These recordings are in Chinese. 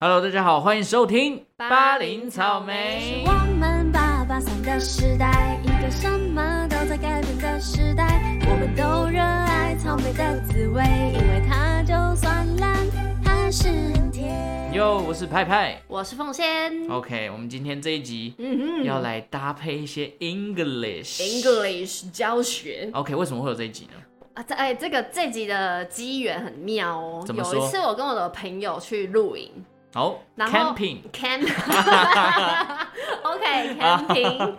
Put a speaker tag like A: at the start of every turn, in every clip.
A: Hello，大家好，欢迎收听
B: 巴林草莓
C: 是我们八八三的时代，一个什么都在改变的时代。我们都热爱草莓的滋味，因为它就算烂，还是很甜。
A: 哟，我是派派。
B: 我是凤仙。
A: OK，我们今天这一集
B: 嗯
A: 要来搭配一些 English。
B: English 教学
A: OK，为什么会有这一集呢？
B: 啊，这哎，这个这集的机缘很妙哦。
A: 怎么说
B: 有一次我跟我的朋友去露营
A: 好
B: 然后
A: ，Camping。 啊
B: ，camp，OK camping，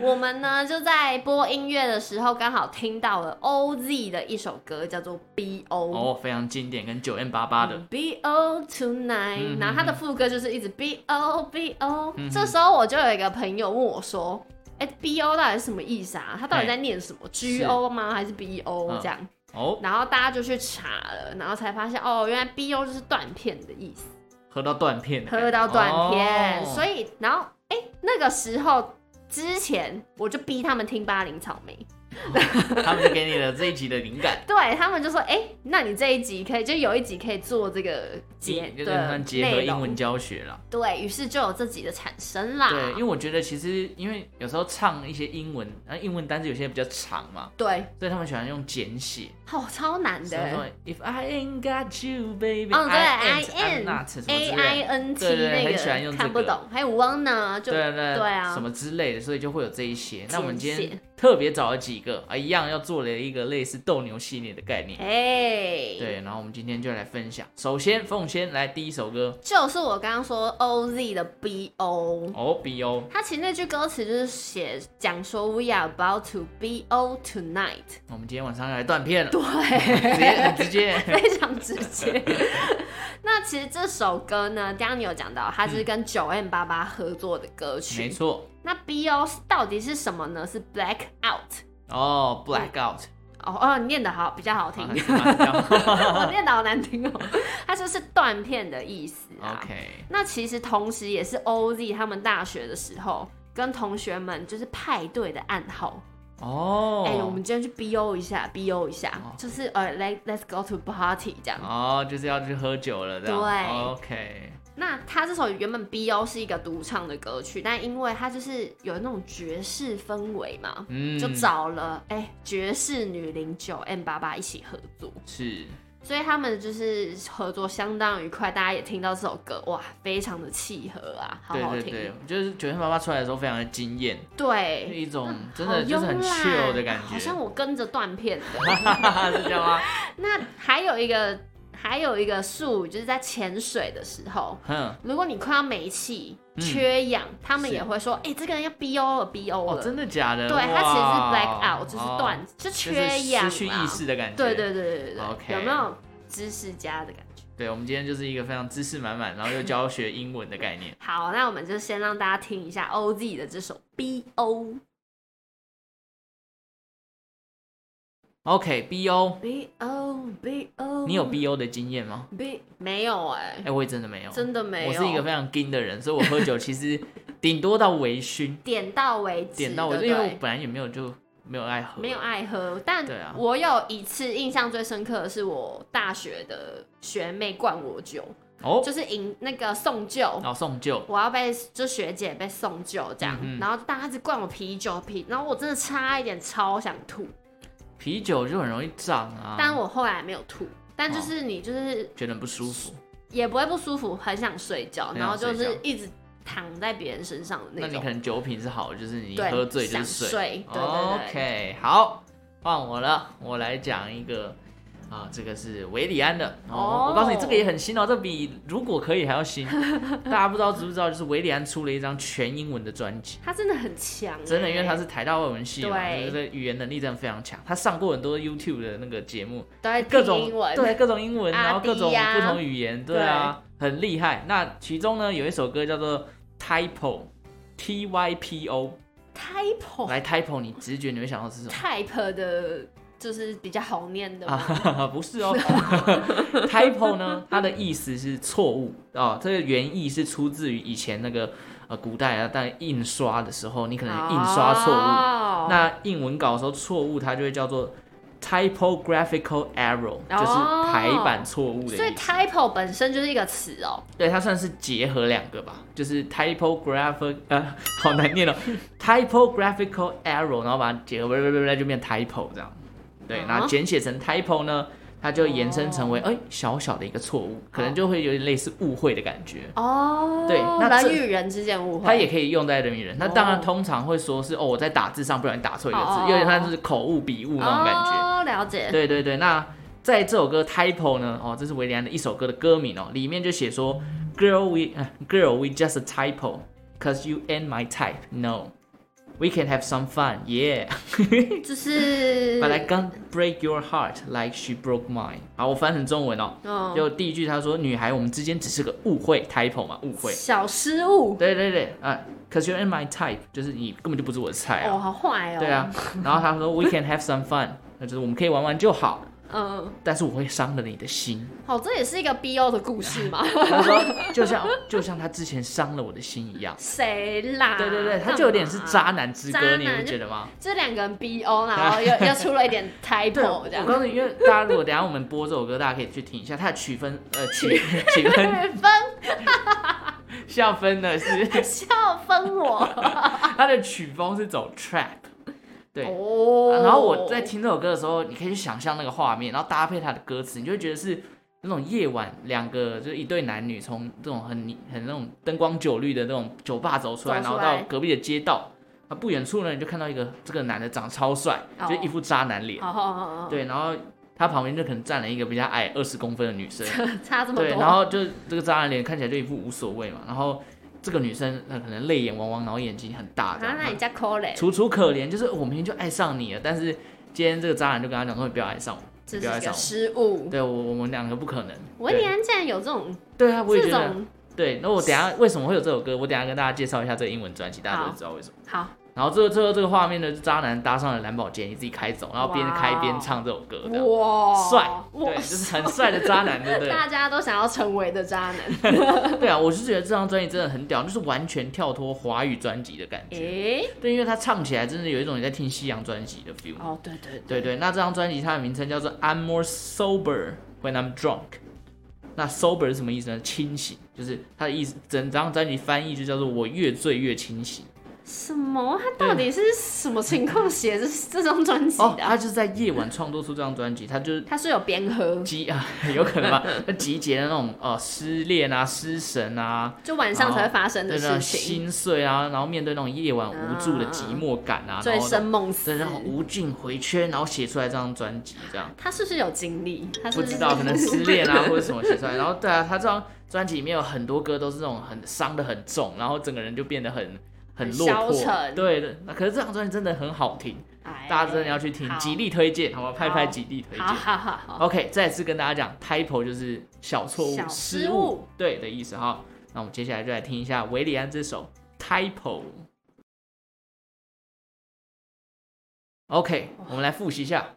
B: 我 们呢就在播音乐的时候刚好听到了 OZ 的一首歌，叫做 BO。
A: 哦，非常经典，跟九 M 八八的。
B: B O tonight，、
A: 嗯
B: 然后他的副歌就是一直 B O B O、
A: 嗯哼
B: 这时候我就有一个朋友问我说：“哎、b O 到底是什么意思啊？他到底在念什么？G O 吗？还是 B O
A: 嗯
B: 这样？”
A: 哦，
B: 然后大家就去查了，然后才发现哦，原来 B O 就是断片的意思，
A: 喝到断片的感觉。
B: 喝到断片。
A: 哦
B: 所以，然后哎、那个时候之前我就逼他们听八零草莓，
A: 他们就给你了这一集的灵 感。
B: 对他们就说：“哎、那你这一集可以，就有一集可以做这个结
A: 有点
B: 的
A: 算结合
B: 内
A: 英
B: 容。
A: 文”教学啦。
B: 对于是就有自己的产生啦。
A: 对，因为我觉得其实因为有时候唱一些英文，那英文单词有些比较长嘛，
B: 对，
A: 所以他们喜欢用简写，
B: 哦，超难
A: 什么什么
B: 的。
A: If I ain't got you, baby,
B: 哦，对
A: I
B: ，I
A: ain't I'm
B: N
A: not 什么之类
B: A I
A: 的。
B: N T
A: 对对
B: 那
A: 很喜欢用
B: 个
A: 这
B: 看不
A: 个
B: 懂，还有 wanna 就
A: 对对
B: 对啊
A: 什么之类的，所以就会有这一些。那我们今
B: 简
A: 天
B: 写
A: 特别找了几个啊，一样要做了一个类似斗牛系列的概念。
B: 哎，
A: 对，然后我们今天就来分享。首先，凤仙来第一首歌
B: 就是我刚刚说 OZ 的 BO，
A: 哦，B O
B: 他其实那句歌词就是写讲说 We are about to BO tonight，
A: 我们今天晚上要来断片了，直接
B: 对，
A: 很直接。
B: 非常直接。那其实这首歌呢，刚刚你有讲到，它是跟九 M 八八合作的歌
A: 没
B: 曲。
A: 错，
B: 那 BO 到底是什么呢？是 Black Out。
A: 哦，Blackout，
B: 哦哦，你念的好，比较好 听
A: 啊。还是蛮像
B: 我念的好难听哦， 它就是断片的意思啊。
A: OK，
B: 那其实同时也是 OZ 他们大学的时候跟同学们就是派对的暗号。
A: 哦，
B: 哎、我们今天去 BO 一下，BO 一下，
A: 哦
B: 就是呃，let let's go to party 这样。
A: 哦，就是要去喝酒了，这样。
B: 对
A: ，OK，
B: 那他这首原本 BO 是一个独唱的歌曲，但因为它就是有那种爵士氛围嘛，
A: 嗯，
B: 就找了哎、爵士女零九 M 八八一起合作，
A: 是
B: 所以他们就是合作相当愉快。大家也听到这首歌，哇，非常的契合啊，好
A: 对
B: 好
A: 对
B: 听。
A: 对，就是九天妈妈出来的时候非常的惊艳，
B: 对
A: 就一种真
B: 嗯好
A: 的就是很
B: 慵懒
A: chill 的感觉，
B: 好像我跟着断片的。
A: 是这样 吗？
B: 那还有一个，还有一个术语，就是在潜水的时候，
A: 哼，
B: 如果你快要没气、
A: 嗯
B: 缺氧，他们
A: 是
B: 也会说：“哎、这个人要 BO 了，BO 了。
A: 哦，真的假的？
B: 对，他其实是 black
A: 哇
B: out，就是
A: 哦
B: 断，
A: 就
B: 就缺
A: 是
B: 氧啊啦
A: 失去意。识的感觉。
B: 对对对对对
A: OK
B: 有没有知识家的感觉？
A: 对，我们今天就是一个非常知识满满，然后又教学英文的概念。
B: 好，那我们就先让大家听一下 OZ 的这首 BO
A: OK，BO，
B: BO BO，
A: 你有 BO 的经验吗？
B: B 没有哎、
A: 哎、我也真的没有，
B: 真的没有。
A: 我是一个非常硬的人，所以我喝酒其 实顶多到微醺，
B: 点到为止，
A: 点到微醺，
B: 对
A: 因
B: 不
A: 为
B: 对
A: 我本来也没有就没有爱喝，
B: 没有爱喝，但
A: 对啊
B: 我有一次印象最深刻的是我大学的学妹灌我酒，
A: 哦，
B: 就是饮那个送酒。
A: 然后送酒，
B: 我要被就学姐被送酒这样，
A: 嗯哼
B: 然后大家一直灌我啤酒啤，然后我真的差一点超想吐，
A: 啤酒就很容易胀啊，
B: 但我后来没有吐，但
A: 哦
B: 就是你就是
A: 觉得很不舒服。
B: 也不会不舒服，很想睡觉，
A: 很想
B: 然后就
A: 睡
B: 是
A: 觉
B: 一直躺在别人身上的
A: 那你
B: 种
A: 可，能酒品是好的，就是你
B: 对
A: 喝醉就是哦
B: 想睡对对对
A: OK，好，换我了，我来讲一个啊，这个是维里安的哦。
B: 哦
A: 我告诉你，这个也很新哦，这比如果可以还要新。 大家不知道知不知道，就是维里安出了一张全英文的专辑。
B: 他真的很强欸、
A: 真的，因为他是台大外文系嘛，就
B: 对
A: 是语言能力真的非常强。他上过很多 YouTube 的那个节目，
B: 都在
A: 各
B: 听
A: 种
B: 英文，
A: 对各种英文，
B: 阿
A: 然后各种
B: 迪呀
A: 不同语言，对啊，很厉害。那其中呢，有一首歌叫做 Typo，T Y P O，
B: ，type
A: 来 Typo，你直觉你会想到是什么
B: type 的，就是比较好念的嘛。
A: 啊？ 不是哦，Typo 呢，它的意思是错误哦，这个原意是出自于以前那个呃古代啊，但印啊 刷的时候你可能印刷错误，
B: 哦
A: 那印文稿的时候错误它就会叫做。 typographical error，、就是排版错误的意思。
B: 哦所以 typo 本身就是一个词哦、
A: 对，它算是结合两个吧，就是 typographic 呃，好难念哦 ，typographical error，然后把它结合，不不不就变 typo 这样。对，然后
B: 啊哦
A: 简写成 typo 呢，它就延伸成为哎、小小的一个错误，可能就会有点类似误会的感觉。
B: 哦，
A: 对那这
B: 人与人之间误会，
A: 它也可以用在人与人，那当然
B: 哦
A: 通常会说是哦，我在打字上不小心打错一个字，
B: 哦哦哦
A: 有点像是口误、笔误那种感觉。
B: 哦，了解，
A: 对对对，那在这首歌 Typo 呢，哦，这是维里安的一首歌的歌名哦，里面就写说，Girl we、呃 Girl we just a typo, cause you ain't my type. No, we can have some fun, yeah.
B: 就是，
A: But I can't break your heart like she broke mine. 好，我翻成中文哦，
B: 嗯，
A: 就第一句他说，女孩我们之间只是个误会，typo 嘛，误会。
B: 小失误，
A: 对对对，啊、c a u s e you ain't my type，就是你根本就不是我的菜
B: 哦，
A: 啊。
B: 好坏哦，
A: 对啊，然后他说 We can have some fun，那就是我们可以玩玩就好，
B: 嗯，
A: 但是我会伤了你的心。
B: 好，这也是一个 BO 的故事嘛，
A: 他说就像就像他之前伤了我的心一样。
B: 谁啦？
A: 对对对，他
B: 干
A: 就有点是
B: 嘛
A: 渣，男之
B: 啊渣
A: 歌，
B: 男
A: 你不觉得吗？
B: 这两个人 BO，然后又又出了一点 typo 这
A: 我
B: 样，
A: 告诉你，因为大家如果等一下我们播这首歌，大家可以去听一下，它的曲分呃曲 曲分
B: 对分
A: 笑分呢是
B: 笑分我，
A: 它的曲风是走 trap，对。
B: 哦，
A: 啊然后我在听这首歌的时候，你可以去想象那个画面，然后搭配它的歌词，你就会觉得是那种夜晚两个就是一对男女从这种很很那种灯光酒绿的那种酒吧走出来，然
B: 走出
A: 后
B: 来
A: 到隔壁的街道，啊不远处呢你就看到一个这个男的长得超帅，
B: 哦
A: 就是一副渣男脸，
B: 好，好好好，
A: 对，然后他旁边就可能站了一个比较矮二十公分的女生，
B: 差这么
A: 对，
B: 多，
A: 然后就这个渣男脸看起来就一副无所谓嘛，然后这个女生呃可能泪眼汪汪，然后眼睛很大
B: 啊，
A: 这样，
B: 那你家抠嘞，
A: 楚楚可怜，就是我明明就爱上你了，但是今天这个渣男就跟他讲说你不要爱上我，
B: 这
A: 不要
B: 是
A: 爱
B: 一
A: 上
B: 个
A: 我。
B: 失误。
A: 对我我们两个不可能。
B: 维
A: 对
B: 里安竟然有这种
A: 对啊，我也
B: 这
A: 觉得。
B: 种
A: 对，那我等一下为什么会有这首歌？我等一下跟大家介绍一下这个英文专辑，大家就会知道为什么。
B: 好
A: 然后最后最后这个画面呢，是渣男搭上了蓝宝坚尼自己开走，然后边
B: 哇
A: 开边唱这首歌，这样
B: 哇
A: 帅，
B: 哇
A: 对，就是很帅的渣男，对 不对？
B: 大家都想要成为的渣男。
A: 对啊，我是觉得这张专辑真的很屌，就是完全跳脱华语专辑的感觉。
B: 诶、
A: 对，因为他唱起来真的有一种你在听西洋专辑的 feel。
B: 哦，对对对，
A: 对对，那这张专辑它的名称叫做《I'm More Sober When I'm Drunk》。那 sober 是什么意思呢？清醒，就是它的意思。整张专辑翻译就叫做“我越醉越清醒
B: 什么？他到底是什么情况写这这张专”。辑
A: 哦，
B: 的啊、
A: 他就是在夜晚创作出这张专辑，他就是
B: 他是有边喝，
A: 集 啊，有可能吧？他集结了那种呃失恋啊、失神啊，
B: 就晚上才会发生
A: 对
B: 的
A: 那种
B: 事情，
A: 心碎啊，然后面对那种夜晚无助的寂寞感啊，
B: 醉
A: 然后
B: 生梦
A: 对，
B: 死
A: 然。后无尽回圈，然后写出来这张专辑这样。
B: 他是不是有经历？他是
A: 不
B: 不是
A: 知道，可能 失恋啊或者什么写出来。然后对啊，他这张专辑里面有很多歌都是那种很伤的很重，然后整个人就变得很很落
B: 消
A: 魄。
B: 沉
A: 对的，那可是这张专辑真的很好听，
B: 哎
A: 大家真的要去听，
B: 好
A: 极力推荐，好吗？拍拍极力推
B: 好
A: 荐。
B: 好好好，
A: OK，再次跟大家讲，typo 就是小错误
B: 小、
A: 失
B: 失
A: 误
B: 误，
A: 对的意思哈。那我们接下来就来听一下维里安这首 typo。OK，我们来复习一下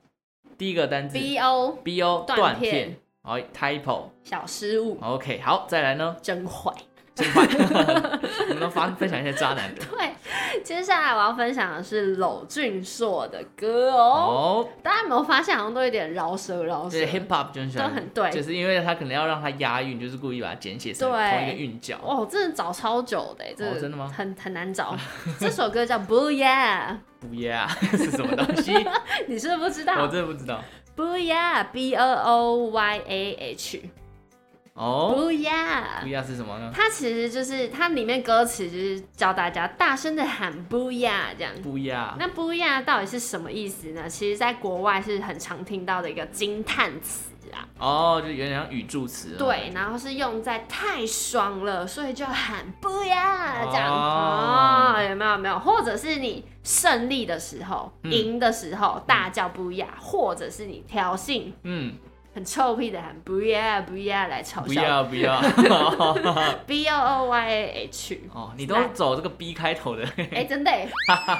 A: 第一个单词
B: B O
A: B O
B: 断
A: 断
B: 片
A: 片，好 typo。
B: 小失误，
A: OK，好，再来 呢，
B: 真坏。
A: 尽快，我们要发分享一些渣男的。
B: 对，接下来我要分享的是娄俊硕的歌哦。
A: 哦，
B: 大家有没有发现，好像都有点饶舌饶舌
A: 对？，hip hop 就很喜欢
B: 都很对
A: 就是因为他可能要让他押韵，就是故意把它简写成同
B: 对
A: 一个韵脚。
B: 哦，真的找超久的欸，这个
A: 哦真的吗
B: 很很难找。这首歌叫《Booyah》，
A: 不呀， 是什么东 西？
B: 你是不是不知
A: 我
B: 道
A: 真的不知道。
B: ？Booyah B O O Y A H
A: 哦，不
B: Booyah，
A: 呀是什么呢？
B: 它其实就是它里面歌词就是教大家大声的喊 Booyah 这样。
A: 不呀，
B: 那 Booyah 到底是什么意思呢？其实，在国外是很常听到的一个惊叹词啊。
A: 哦，就有点像语助词。啊
B: 对，，然后是用在太爽了，所以就喊不呀这样
A: 哦
B: 哦有没有有没有？或者是你胜利的时候、
A: 嗯
B: 赢的时候大叫不呀，或者是你挑衅
A: 嗯，
B: 很臭屁的喊不呀不呀来嘲
A: 不
B: 笑
A: 要不要。
B: B O O Y A H。
A: 哦，你都走这个 B 开头 的。
B: 哎、真 的耶，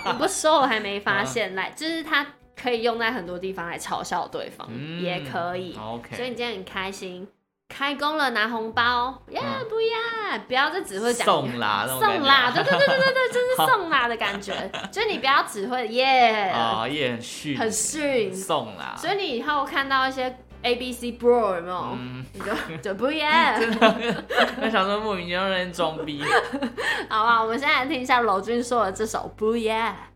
B: 你不说我还没
A: 啊
B: 发现，来，就是它可以用在很多地方来嘲笑对方，
A: 嗯
B: 也可以。所以
A: OK，
B: 你今天很开心，开工了拿红包，呀、
A: 嗯
B: 不要，不要再只会讲
A: 送啦那种感觉
B: 送啦，对对对对对对， 就是送啦的感觉，就是你不要只会耶、
A: 啊，也很逊，
B: 很逊，
A: 送啦。
B: 所以你以后看到一些 A B C bro 有没有，
A: 嗯，
B: 你就就 不耶，
A: 那想说莫名其妙在那边装逼。
B: 好啊吧，我们现在来听一下娄俊硕的这首不耶。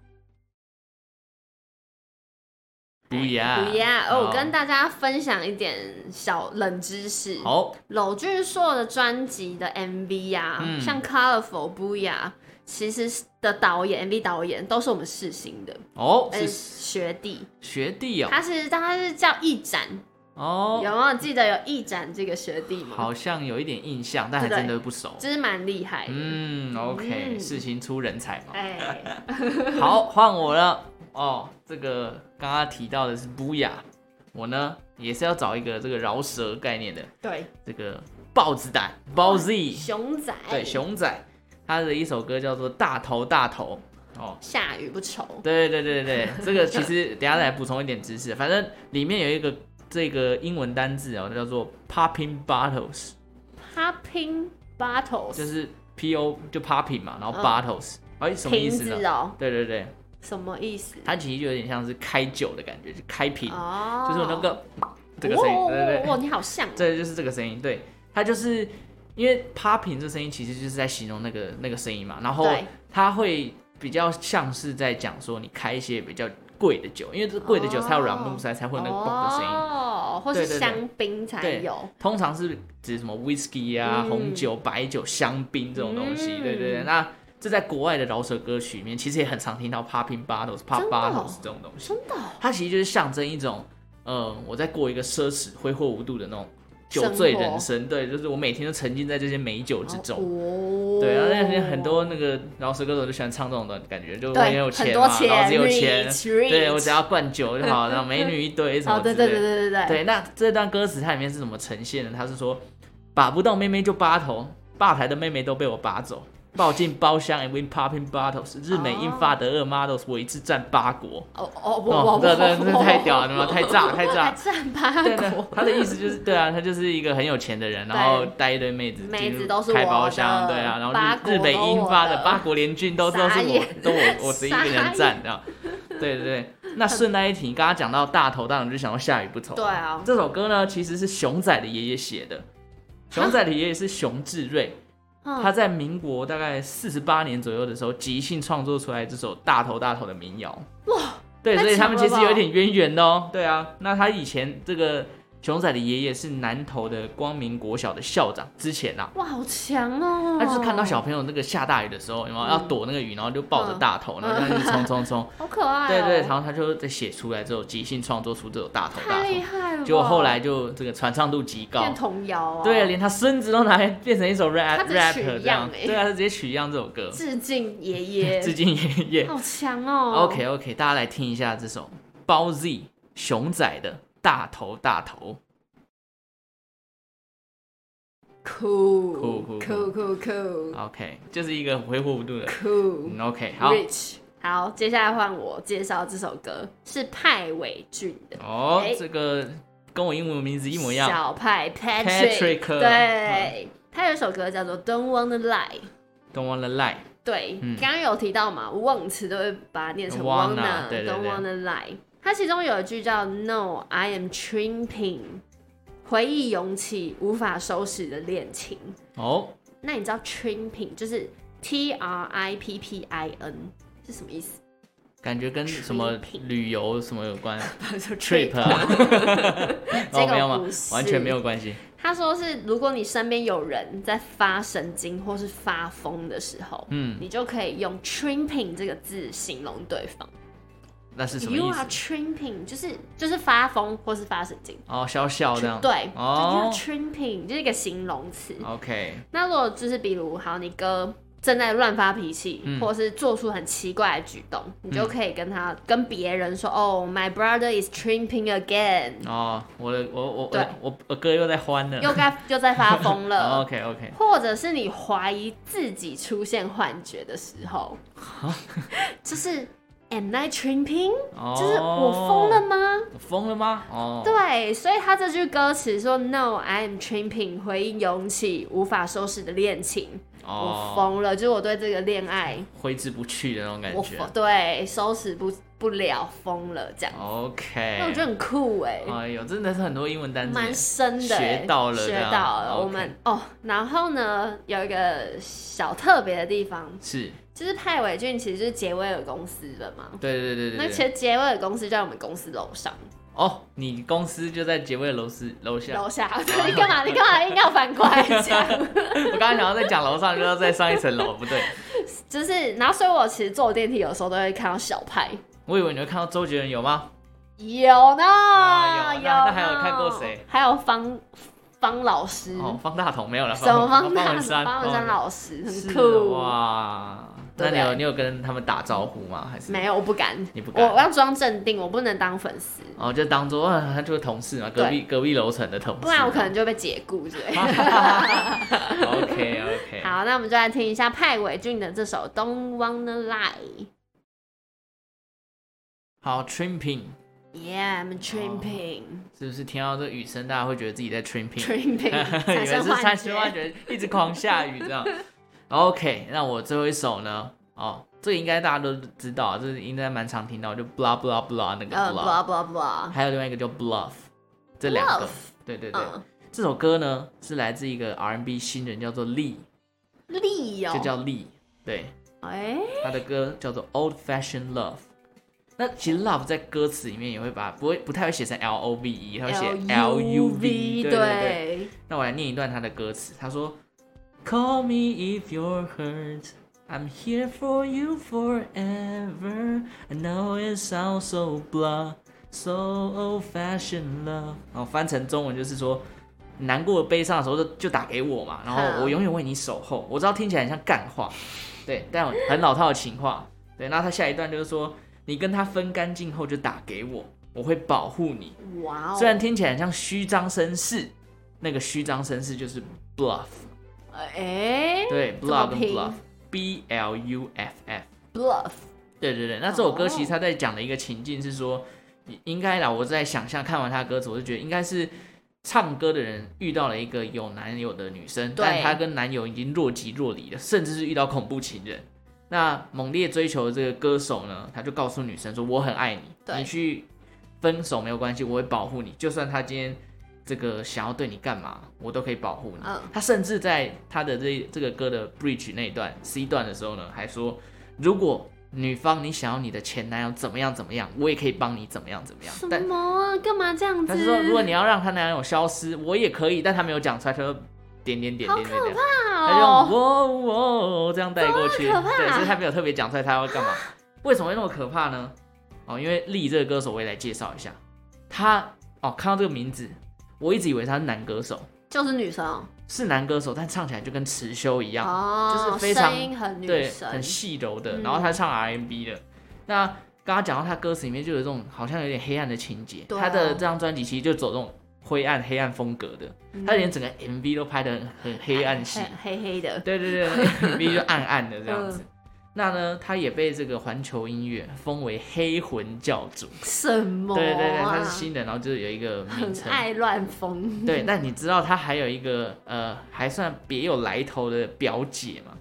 A: 不一样，
B: 不呀，
A: 啊
B: 哦，
A: 好
B: 我跟大家分享一点小冷知识。
A: 好，
B: 娄俊硕的专辑的 MV 呀、
A: 嗯
B: 像《Colorful》《不呀》，其实是的导演 MV 导演都是我们世新的，
A: 哦，
B: 呃，
A: 是
B: 学弟。
A: 学弟哦，
B: 他是他是叫一展，有
A: 哦，
B: 没有记得有一展这个学弟吗？
A: 好像有一点印象，但还
B: 对
A: 真的不熟。
B: 就是蛮厉害的。
A: 嗯，OK，
B: 嗯
A: 事情出人才嘛。
B: 哎，
A: 好，换我了。哦，这个刚刚提到的是不雅，我呢也是要找一个这个饶舌概念的
B: 对，
A: 这个豹子胆 b o z
B: 熊仔，
A: 对，熊仔，他的一首歌叫做《大头大头》哦。
B: 下雨不 愁，
A: 对对对对对，这个其实等一下再来补充一点知识，反正里面有一个这个英文单字哦，叫做 popping bottles，
B: Popping Bottles，
A: 就是 p o 就 popping 嘛，然后
B: 嗯
A: bottles，哎、什么意
B: 瓶
A: 思
B: 子
A: 呢？
B: 哦，
A: 对对对，
B: 什么意思？
A: 它其实就有点像是开酒的感觉，就开瓶，
B: 哦，
A: 就是有那个这个声音，对对对，
B: 哇，你好像哦，
A: 这就是这个声音，对，它就是因为 popping 这声音其实就是在形容那个那个声音嘛，然后
B: 对
A: 它会比较像是在讲说你开一些比较贵的酒，因为这贵的酒才有软木塞，才会有那个嘣的声音。
B: 哦，或
A: 对
B: 是
A: 对对
B: 香槟才
A: 对
B: 有，
A: 通常是指什么 whisky 啊、
B: 嗯
A: 红酒、白酒、香槟这种东西，
B: 嗯
A: 对对对。那这在国外的饶舌歌曲里面，其实也很常听到 popping bottles、pop
B: 真的哦
A: bottles 这种东西。
B: 真的哦
A: 它其实就是象征一种，呃，我在过一个奢侈、挥霍无度的那种酒醉人生。对，就是我每天都沉浸在这些美酒之中。
B: 哦，
A: 对，然后那些很多那个饶舌歌手就喜欢唱这种东西，感觉就我
B: 对
A: 很有钱
B: 很
A: 嘛，
B: 多
A: 然后
B: 钱，
A: 只有钱，
B: rich，rich
A: 对我只要灌酒就好，然后美女一堆什么
B: 哦，
A: 之类
B: 对
A: 的。
B: 对对对对对，
A: 对那这段歌词它里面是怎么呈现的？它是说，把不到妹妹就扒头，吧台的妹妹都被我拔走。抱进包厢，and win popping bottles。日美英法德二 models，我一次占八国。
B: 哦哦，
A: 哦
B: 我我，
A: 这这这太屌了嘛，太炸太
B: 还
A: 炸！
B: 占八
A: 对
B: 国
A: 的，，他的意思就是，对啊，他就是一个很有钱的人，然后带一堆妹子，
B: 妹子都是
A: 开
B: 我
A: 包
B: 的
A: 厢，对啊，然
B: 八
A: 后
B: 国
A: 日日北
B: 都
A: 英
B: 我
A: 发的
B: 的
A: 八国联军都都
B: 傻
A: 是我，
B: 眼
A: 都我我十一个
B: 傻
A: 人
B: 眼
A: 站的，啊对对对。那顺带一提，你刚刚讲到大头大头，就想到下雨不愁。
B: 对啊，
A: 这首歌呢，其实是熊仔的爷爷写的，熊仔的爷爷是熊志瑞，他
B: 嗯
A: 在民国大概四十八年左右的时候，即兴创作出来这首《大头大头》的民谣。哇，对，
B: 太
A: 所以他们
B: 强
A: 其
B: 了
A: 实有
B: 吧
A: 一点渊源的哦。对啊，那他以前这个熊仔的爷爷是南投的光明国小的校长，之前啊，
B: 哇，好强哦，
A: 他就是看到小朋友那个下大雨的时候，有没有
B: 嗯
A: 要躲那个雨，然后就抱着
B: 嗯
A: 大头，然后就一直冲冲 冲。
B: 好可爱哦，
A: 对对，然后他就在写出来之后，即兴创作出这首《大头大
B: 太
A: 头
B: 厉》，害了，
A: 结果后来。就这个传唱度极高，
B: 变童谣啊！
A: 对，连他孙子都拿来变成一首 rap
B: 他只是
A: rap
B: 取
A: 这样，
B: 样欸
A: 对啊，他直接取样这首歌，
B: 致敬爷爷，
A: 致敬爷爷。
B: 好强哦
A: OK OK，大家来听一下这首包 Z 熊仔的《大头大头
B: 酷
A: 酷酷
B: 酷酷酷》
A: ，OK，就是一个挥霍无度的。
B: 酷
A: 嗯 OK，好
B: rich。好，接下来换我介绍这首歌，是派伟俊的，
A: 哦
B: 哎，
A: 这个跟我英文名字一模一样。
B: 小派 Patrick，,
A: Patrick，
B: 对，他有一首歌叫做《Don't Wanna Lie》。
A: Don't wanna lie，
B: 对，
A: 嗯
B: 刚刚有提到嘛，want 都会把它念成
A: Wanna，
B: wanna，don't
A: 对对对
B: wanna lie。它其中有一句叫 No, I am tripping，回忆涌起无法收拾的恋情。
A: 哦，
B: 那你知道 tripping 就是 T R I P P I N 是什么意思？
A: 感觉跟什么
B: Tripping
A: 旅游什么有关
B: 就
A: ？Trip 啊？哦，
B: 个
A: 没有吗
B: 不？是
A: 完全没有关系。
B: 他说是，如果你身边有人在发神经或是发疯的时候，
A: 嗯，
B: 你就可以用 tripping 这个字形容对方。
A: 那是什么
B: You
A: 意思？
B: are tripping，就是就是发疯或是发神经。
A: 哦，笑笑这样。
B: 对，
A: 哦
B: 就是 tripping 就是一个形容词。
A: OK，
B: 那如果就是比如，好，你哥正在乱发脾气，
A: 嗯
B: 或是做出很奇怪的举动，你就可以跟他、跟别人说，哦、m y brother is tripping again，、
A: 哦，我的我我
B: 对
A: 我我我哥又在欢了。哦
B: 又 该又在发疯了。
A: OK OK，
B: 或者是你 怀疑自己出现幻觉的时候，就是哎、 Am I tripping？
A: 哦，
B: 就是我疯了，吗？
A: 疯了吗？哦，，
B: 对，所以他这句歌词说 “No, I am tripping”，回应涌起无法收拾的恋情。我
A: 哦，
B: 疯了，就是我对这个恋爱，
A: 挥之不去的那种感
B: 我
A: 觉。
B: 疯对收拾不不了，疯了这样。
A: OK，
B: 那我觉得很酷哎、
A: 哎呦，真的是很多英文单词，
B: 蛮深的欸、
A: 学到了
B: 学
A: 这样
B: 到了。
A: OK
B: 我们哦，然后呢，有一个小特别的地方，
A: 是，
B: 就是派伟俊其实就是杰威尔公司的嘛。
A: 对对对对
B: 那
A: 对。
B: 其实杰威尔公司就在我们公司楼上，
A: 哦，你公司就在结尾楼是楼下。
B: 楼下。你干嘛？你干嘛硬要反过来讲？
A: 我刚才想要再讲楼上，就是在上一层楼， 不对，
B: 就是，然后所以我其实坐电梯有时候都会看到小派。
A: 我以为你会看到周杰伦有吗？
B: 有呢，
A: 啊有那
B: 有呢
A: 那还有看过谁？
B: 还有方方老师，
A: 哦，方大同没 有了，
B: 嗯什么
A: 方
B: 方
A: 方
B: 大
A: 文山，哦
B: 方文山老师
A: 是
B: 很
A: 的
B: 酷。
A: 哇！
B: 对
A: 那
B: 不
A: 你
B: 对
A: 有你有跟他们打招呼吗？还是
B: 没？有，我不敢，
A: 你不敢
B: 我我要装镇定，我不能当粉丝，
A: 哦，就当做啊，他就是同事嘛，隔壁隔壁楼层的同事嘛。
B: 不然我可能就被解雇之 类的。
A: OK OK。
B: 好，那我们就来听一下派伟俊的这首《Don't Wanna Lie
A: 好，trimping》
B: ，Yeah, I'm tripping,
A: 是不是听到这雨声，大家会觉得自己在 trimping？
B: tripping，
A: 哦 以为
B: 产
A: 是
B: 生
A: 产
B: 幻
A: 生幻
B: 觉。
A: 觉，一直狂下雨这 样。OK，那我最后一首呢？哦，这个应该大家都知道啊，这是应该蛮常听到，就 blah blah blah 那个
B: 呃
A: blah，
B: ，blah blah blah，
A: 还有另外一个叫 bluff，这两个
B: Bluff，
A: 对对对。
B: 嗯，
A: 这首歌呢是来自一个 R&B 新人，叫做 Lee，
B: 利哦，
A: 就叫 Lee，对，
B: 哎，
A: 他的歌叫做 Old Fashioned Love。那其实 love 在歌词里面也会把不会不太会写成 L O V E，他会写 L U V，对对对。
B: 对，
A: 那我来念一段他的歌词，他说：“Call me if you're hurt, I'm here for you forever. I know it sounds so blah, so old-fashioned love。”然后翻成中文就是说，难过悲伤的时候就就打给我嘛，然后我永远为你守候。我知道听起来很像干话，对，但我很老套的情话。对，那他下一段就是说，你跟他分干净后就打给我，我会保护你。
B: 哇哦，
A: 虽然听起来很像虚张声势，那个虚张声势就是 bluff，
B: 哎
A: 对
B: 怎么
A: ，bluff 跟
B: 拼
A: bluff，b l u f f。
B: ，bluff，
A: 对对对，那这首歌
B: 哦
A: 其实他在讲的一个情境是说，应该啦，我在想象看完他的歌词，我就觉得应该是唱歌的人遇到了一个有男友的女生，
B: 对
A: 但她跟男友已经若即若离了，甚至是遇到恐怖情人。那猛烈追求的这个歌手呢，他就告诉女生说：“我很爱你，
B: 对
A: 你去分手没有关系，我会保护你，就算他今天这个想要对你干嘛，我都可以保护你。
B: 嗯
A: 他甚至在他的这这个歌的 bridge 那一段 C 段的时候呢，还说如果女方你想要你的前男友怎么样怎么样，我也可以帮你怎么样怎么样
B: 什。
A: 但
B: 么啊？干嘛这样子？
A: 他是说，如果你要让她男友消失，我也可以，但他没有讲出来，他说点点点点点点，
B: 怕
A: 他就用
B: 哦，
A: 哇哇这样带过去，
B: 这么可怕
A: 对，所以他没有特别讲出来他要干嘛。为什么会那么可怕呢？哦，因为力这个歌手我也来介绍一下，他哦看到这个名字，我一直以为他是男歌手，
B: 就是女生哦
A: 是男歌手，但唱起来就跟辞修一样，
B: 哦，
A: 就是非常
B: 声音很女
A: 对，
B: 生，
A: 很细柔的。
B: 嗯
A: 然后他唱 RMB 的，那刚刚讲到他歌词里面就有这种好像有点黑暗的情节，
B: 对啊
A: 他的这张专辑其实就走这种灰暗黑暗风格的，他连整个 MV 都拍的很很黑暗 系，
B: 嗯黑黑的，
A: 对对对 ，MV 就暗暗的这样
B: 嗯
A: 子。那呢，他也被这个环球音乐封为黑魂教主，
B: 什么、啊？
A: 对对对，他是新人，然后就是有一个名
B: 很
A: 称，
B: 爱乱疯，
A: 对，但你知道他还有一个呃，还算别有来头的表姐嘛，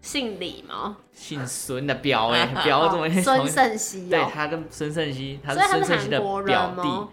B: 姓李吗？
A: 姓孙的表 哎、表怎么
B: 孙胜熙
A: 对
B: 哦，
A: 他跟孙胜熙，他是
B: 所以他
A: 孙
B: 是
A: 胜熙的
B: 韩国人哦
A: 表
B: 吗
A: 弟，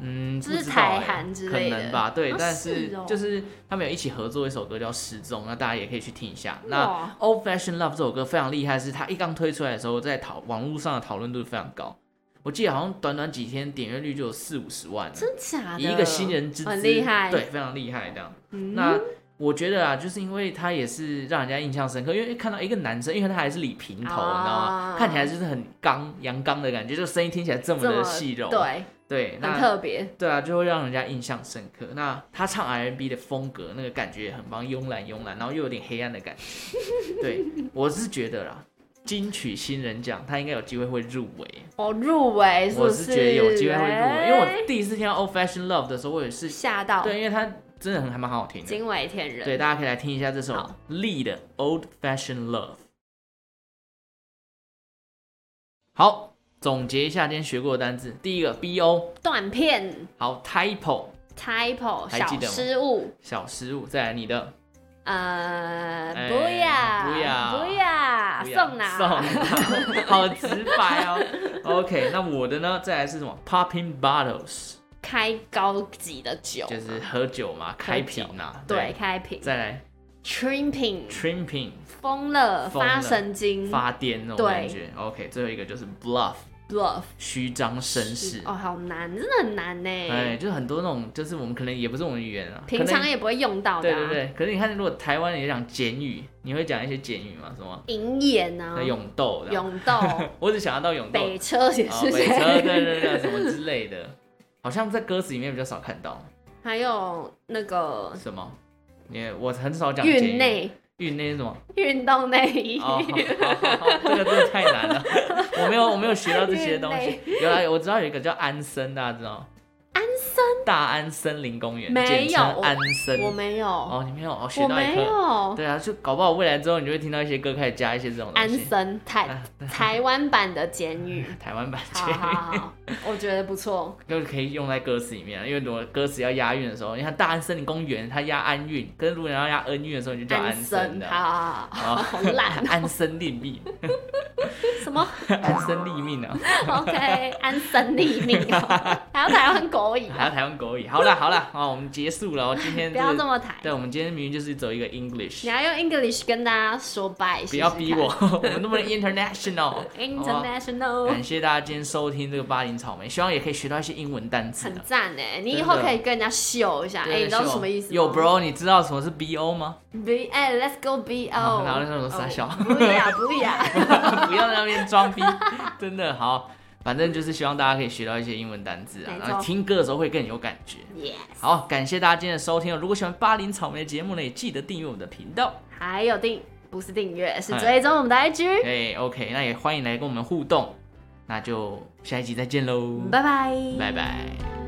A: 嗯，
B: 就
A: 不
B: 是
A: 知道
B: 台
A: 哎
B: 韩之
A: 可
B: 类的
A: 能吧，对，
B: 啊
A: 但
B: 是哦
A: 就是他们有一起合作一首歌叫《失踪》，那大家也可以去听一下。
B: 哇
A: 那《Old Fashion Love》这首歌非常厉害，是它一刚推出来的时候，在讨网络上的讨论度非常高，我记得好像短短几天点阅率就有四五十万了，
B: 真假的？
A: 以一个新人之资，
B: 很厉害，
A: 对，，非常厉害这样。
B: 嗯、
A: 那我觉得啊，就是因为他也是让人家印象深刻，因为看到一个男生，因为他还是理平头，
B: 啊
A: 你知道吗？看起来就是很刚阳刚的感觉，就声音听起来这么
B: 这
A: 的
B: 么
A: 细柔，
B: 对，
A: 对，
B: 很
A: 那
B: 特别，
A: 对啊，就会让人家印象深刻。那他唱 R&B 的风格，那个感觉也很棒，慵懒慵懒，然后又有点黑暗的感觉。对，我是觉得啦，金曲新人奖他应该有机会会入围，
B: 哦，入围是不
A: 我是觉得有机会会入围，因为
B: 哎
A: 我第一次听到《Old Fashion Love》的时候，我也是
B: 吓到，
A: 对，因为他真的很还蛮好听的。
B: 惊为天人，
A: 对，大家可以来听一下这首
B: 好
A: Lee 的《Old Fashioned Love》。好，总结一下今天学过的单字，第一个 B O，
B: 断片
A: 好 typo
B: typo
A: 还记
B: 小
A: 得吗
B: 失误，
A: 小失误，再来你的
B: 呃，
A: 哎
B: 不要
A: 不要
B: 不要
A: 不要
B: 啊送哪？
A: 送， 好直白哦。OK，那我的呢？再来是什么？Popping bottles，
B: 开高级的酒，
A: 就是喝酒嘛，开瓶嘛。
B: 对，开瓶
A: 再来
B: tripping
A: tripping
B: 疯了
A: 疯了
B: 发神经
A: 发癫那种
B: 嗯对
A: 感觉。OK，最后一个就是 bluff
B: bluff
A: 虚张声势。
B: 哦，好难，真的很难
A: 哎，
B: 呢。
A: 就是很多那种，就是我们可能也不是我们语言啊，
B: 平
A: 可
B: 常
A: 能
B: 也不会用到的
A: 对
B: 啊，
A: 对对。可是你看，如果台湾也讲简语，你会讲一些简语吗？什么？
B: 银眼啊
A: 那，勇斗的，
B: 勇斗，
A: 我只想得到勇斗，
B: 北车也
A: 啊，
B: 是
A: 北车，对
B: 谁？
A: 对对，什么之类的，好像在歌词里面比较少看到
B: 还有那个
A: 什么。也我很少讲简
B: 运
A: 语，
B: 哦内
A: 运内是 什么？
B: 运动内衣
A: 哦，，好好好好这个真的太难了，我没有我没有学到这些东西。有来，我知道有一个叫安森，大家知道？
B: 安
A: 森？大安森林公园，
B: 没有
A: 简称
B: 我
A: 安森。
B: 我没有，
A: 哦，你没有，哦，学
B: 我
A: 到一
B: 没
A: 课。
B: 有。
A: 对啊，就搞不好未来之后，你就会听到一些歌开始加一些这种东
B: 安
A: 西。
B: 森台
A: 啊
B: 台湾版的监狱，
A: 台湾版
B: 好好好，我觉得不错。
A: 就是可以用在歌词里面啊，因为如果歌词要押韵的时候，你看《大安森林公园》它押安韵，可是如果你要押恩韵的时候，你就叫
B: 安
A: 森
B: 森，
A: 的。
B: 好好
A: 好
B: 好，好烂
A: 安身立命，
B: 什么
A: 安身立命啊！
B: ？OK，安森立命哦，还有台湾国语，
A: 还有台湾国语。好了好了，哦，我们结束了哦。今天
B: 不要
A: 这
B: 这
A: 个，
B: 么台。
A: 对，我们今天明明就是走一个 English，
B: 你要用 English 跟大家说 bye，
A: 不要
B: 试试
A: 逼
B: 看
A: 我，我们那么 international。好吧
B: International，
A: 感谢大家今天收听这个巴林草莓，希望也可以学到一些英文单词
B: 很
A: 啊。
B: 赞哎！你以
A: 真
B: 后
A: 的
B: 可以跟人家秀一下，哎，
A: 对
B: 你知道
A: 秀
B: 什么意思吗？
A: 有 bro，你知道什么是 bo 吗？
B: B 哎，Let's go B O，
A: 好然后那种傻笑
B: 不要不要，
A: 不要在那边装 逼，真的好。反正就是希望大家可以学到一些英文单字啊，
B: 没错
A: 然后听歌的时候会更有感觉。
B: 耶！
A: 好，感谢大家今天的收听哦。如果喜欢巴林草莓的节目呢，也记得订阅我们的频道。
B: 还有订不是订阅，是
A: 哎
B: 追踪我们的 IG，
A: 哎，OK，那也欢迎来跟我们互动。那就下一集再见喽，
B: 拜拜
A: 拜拜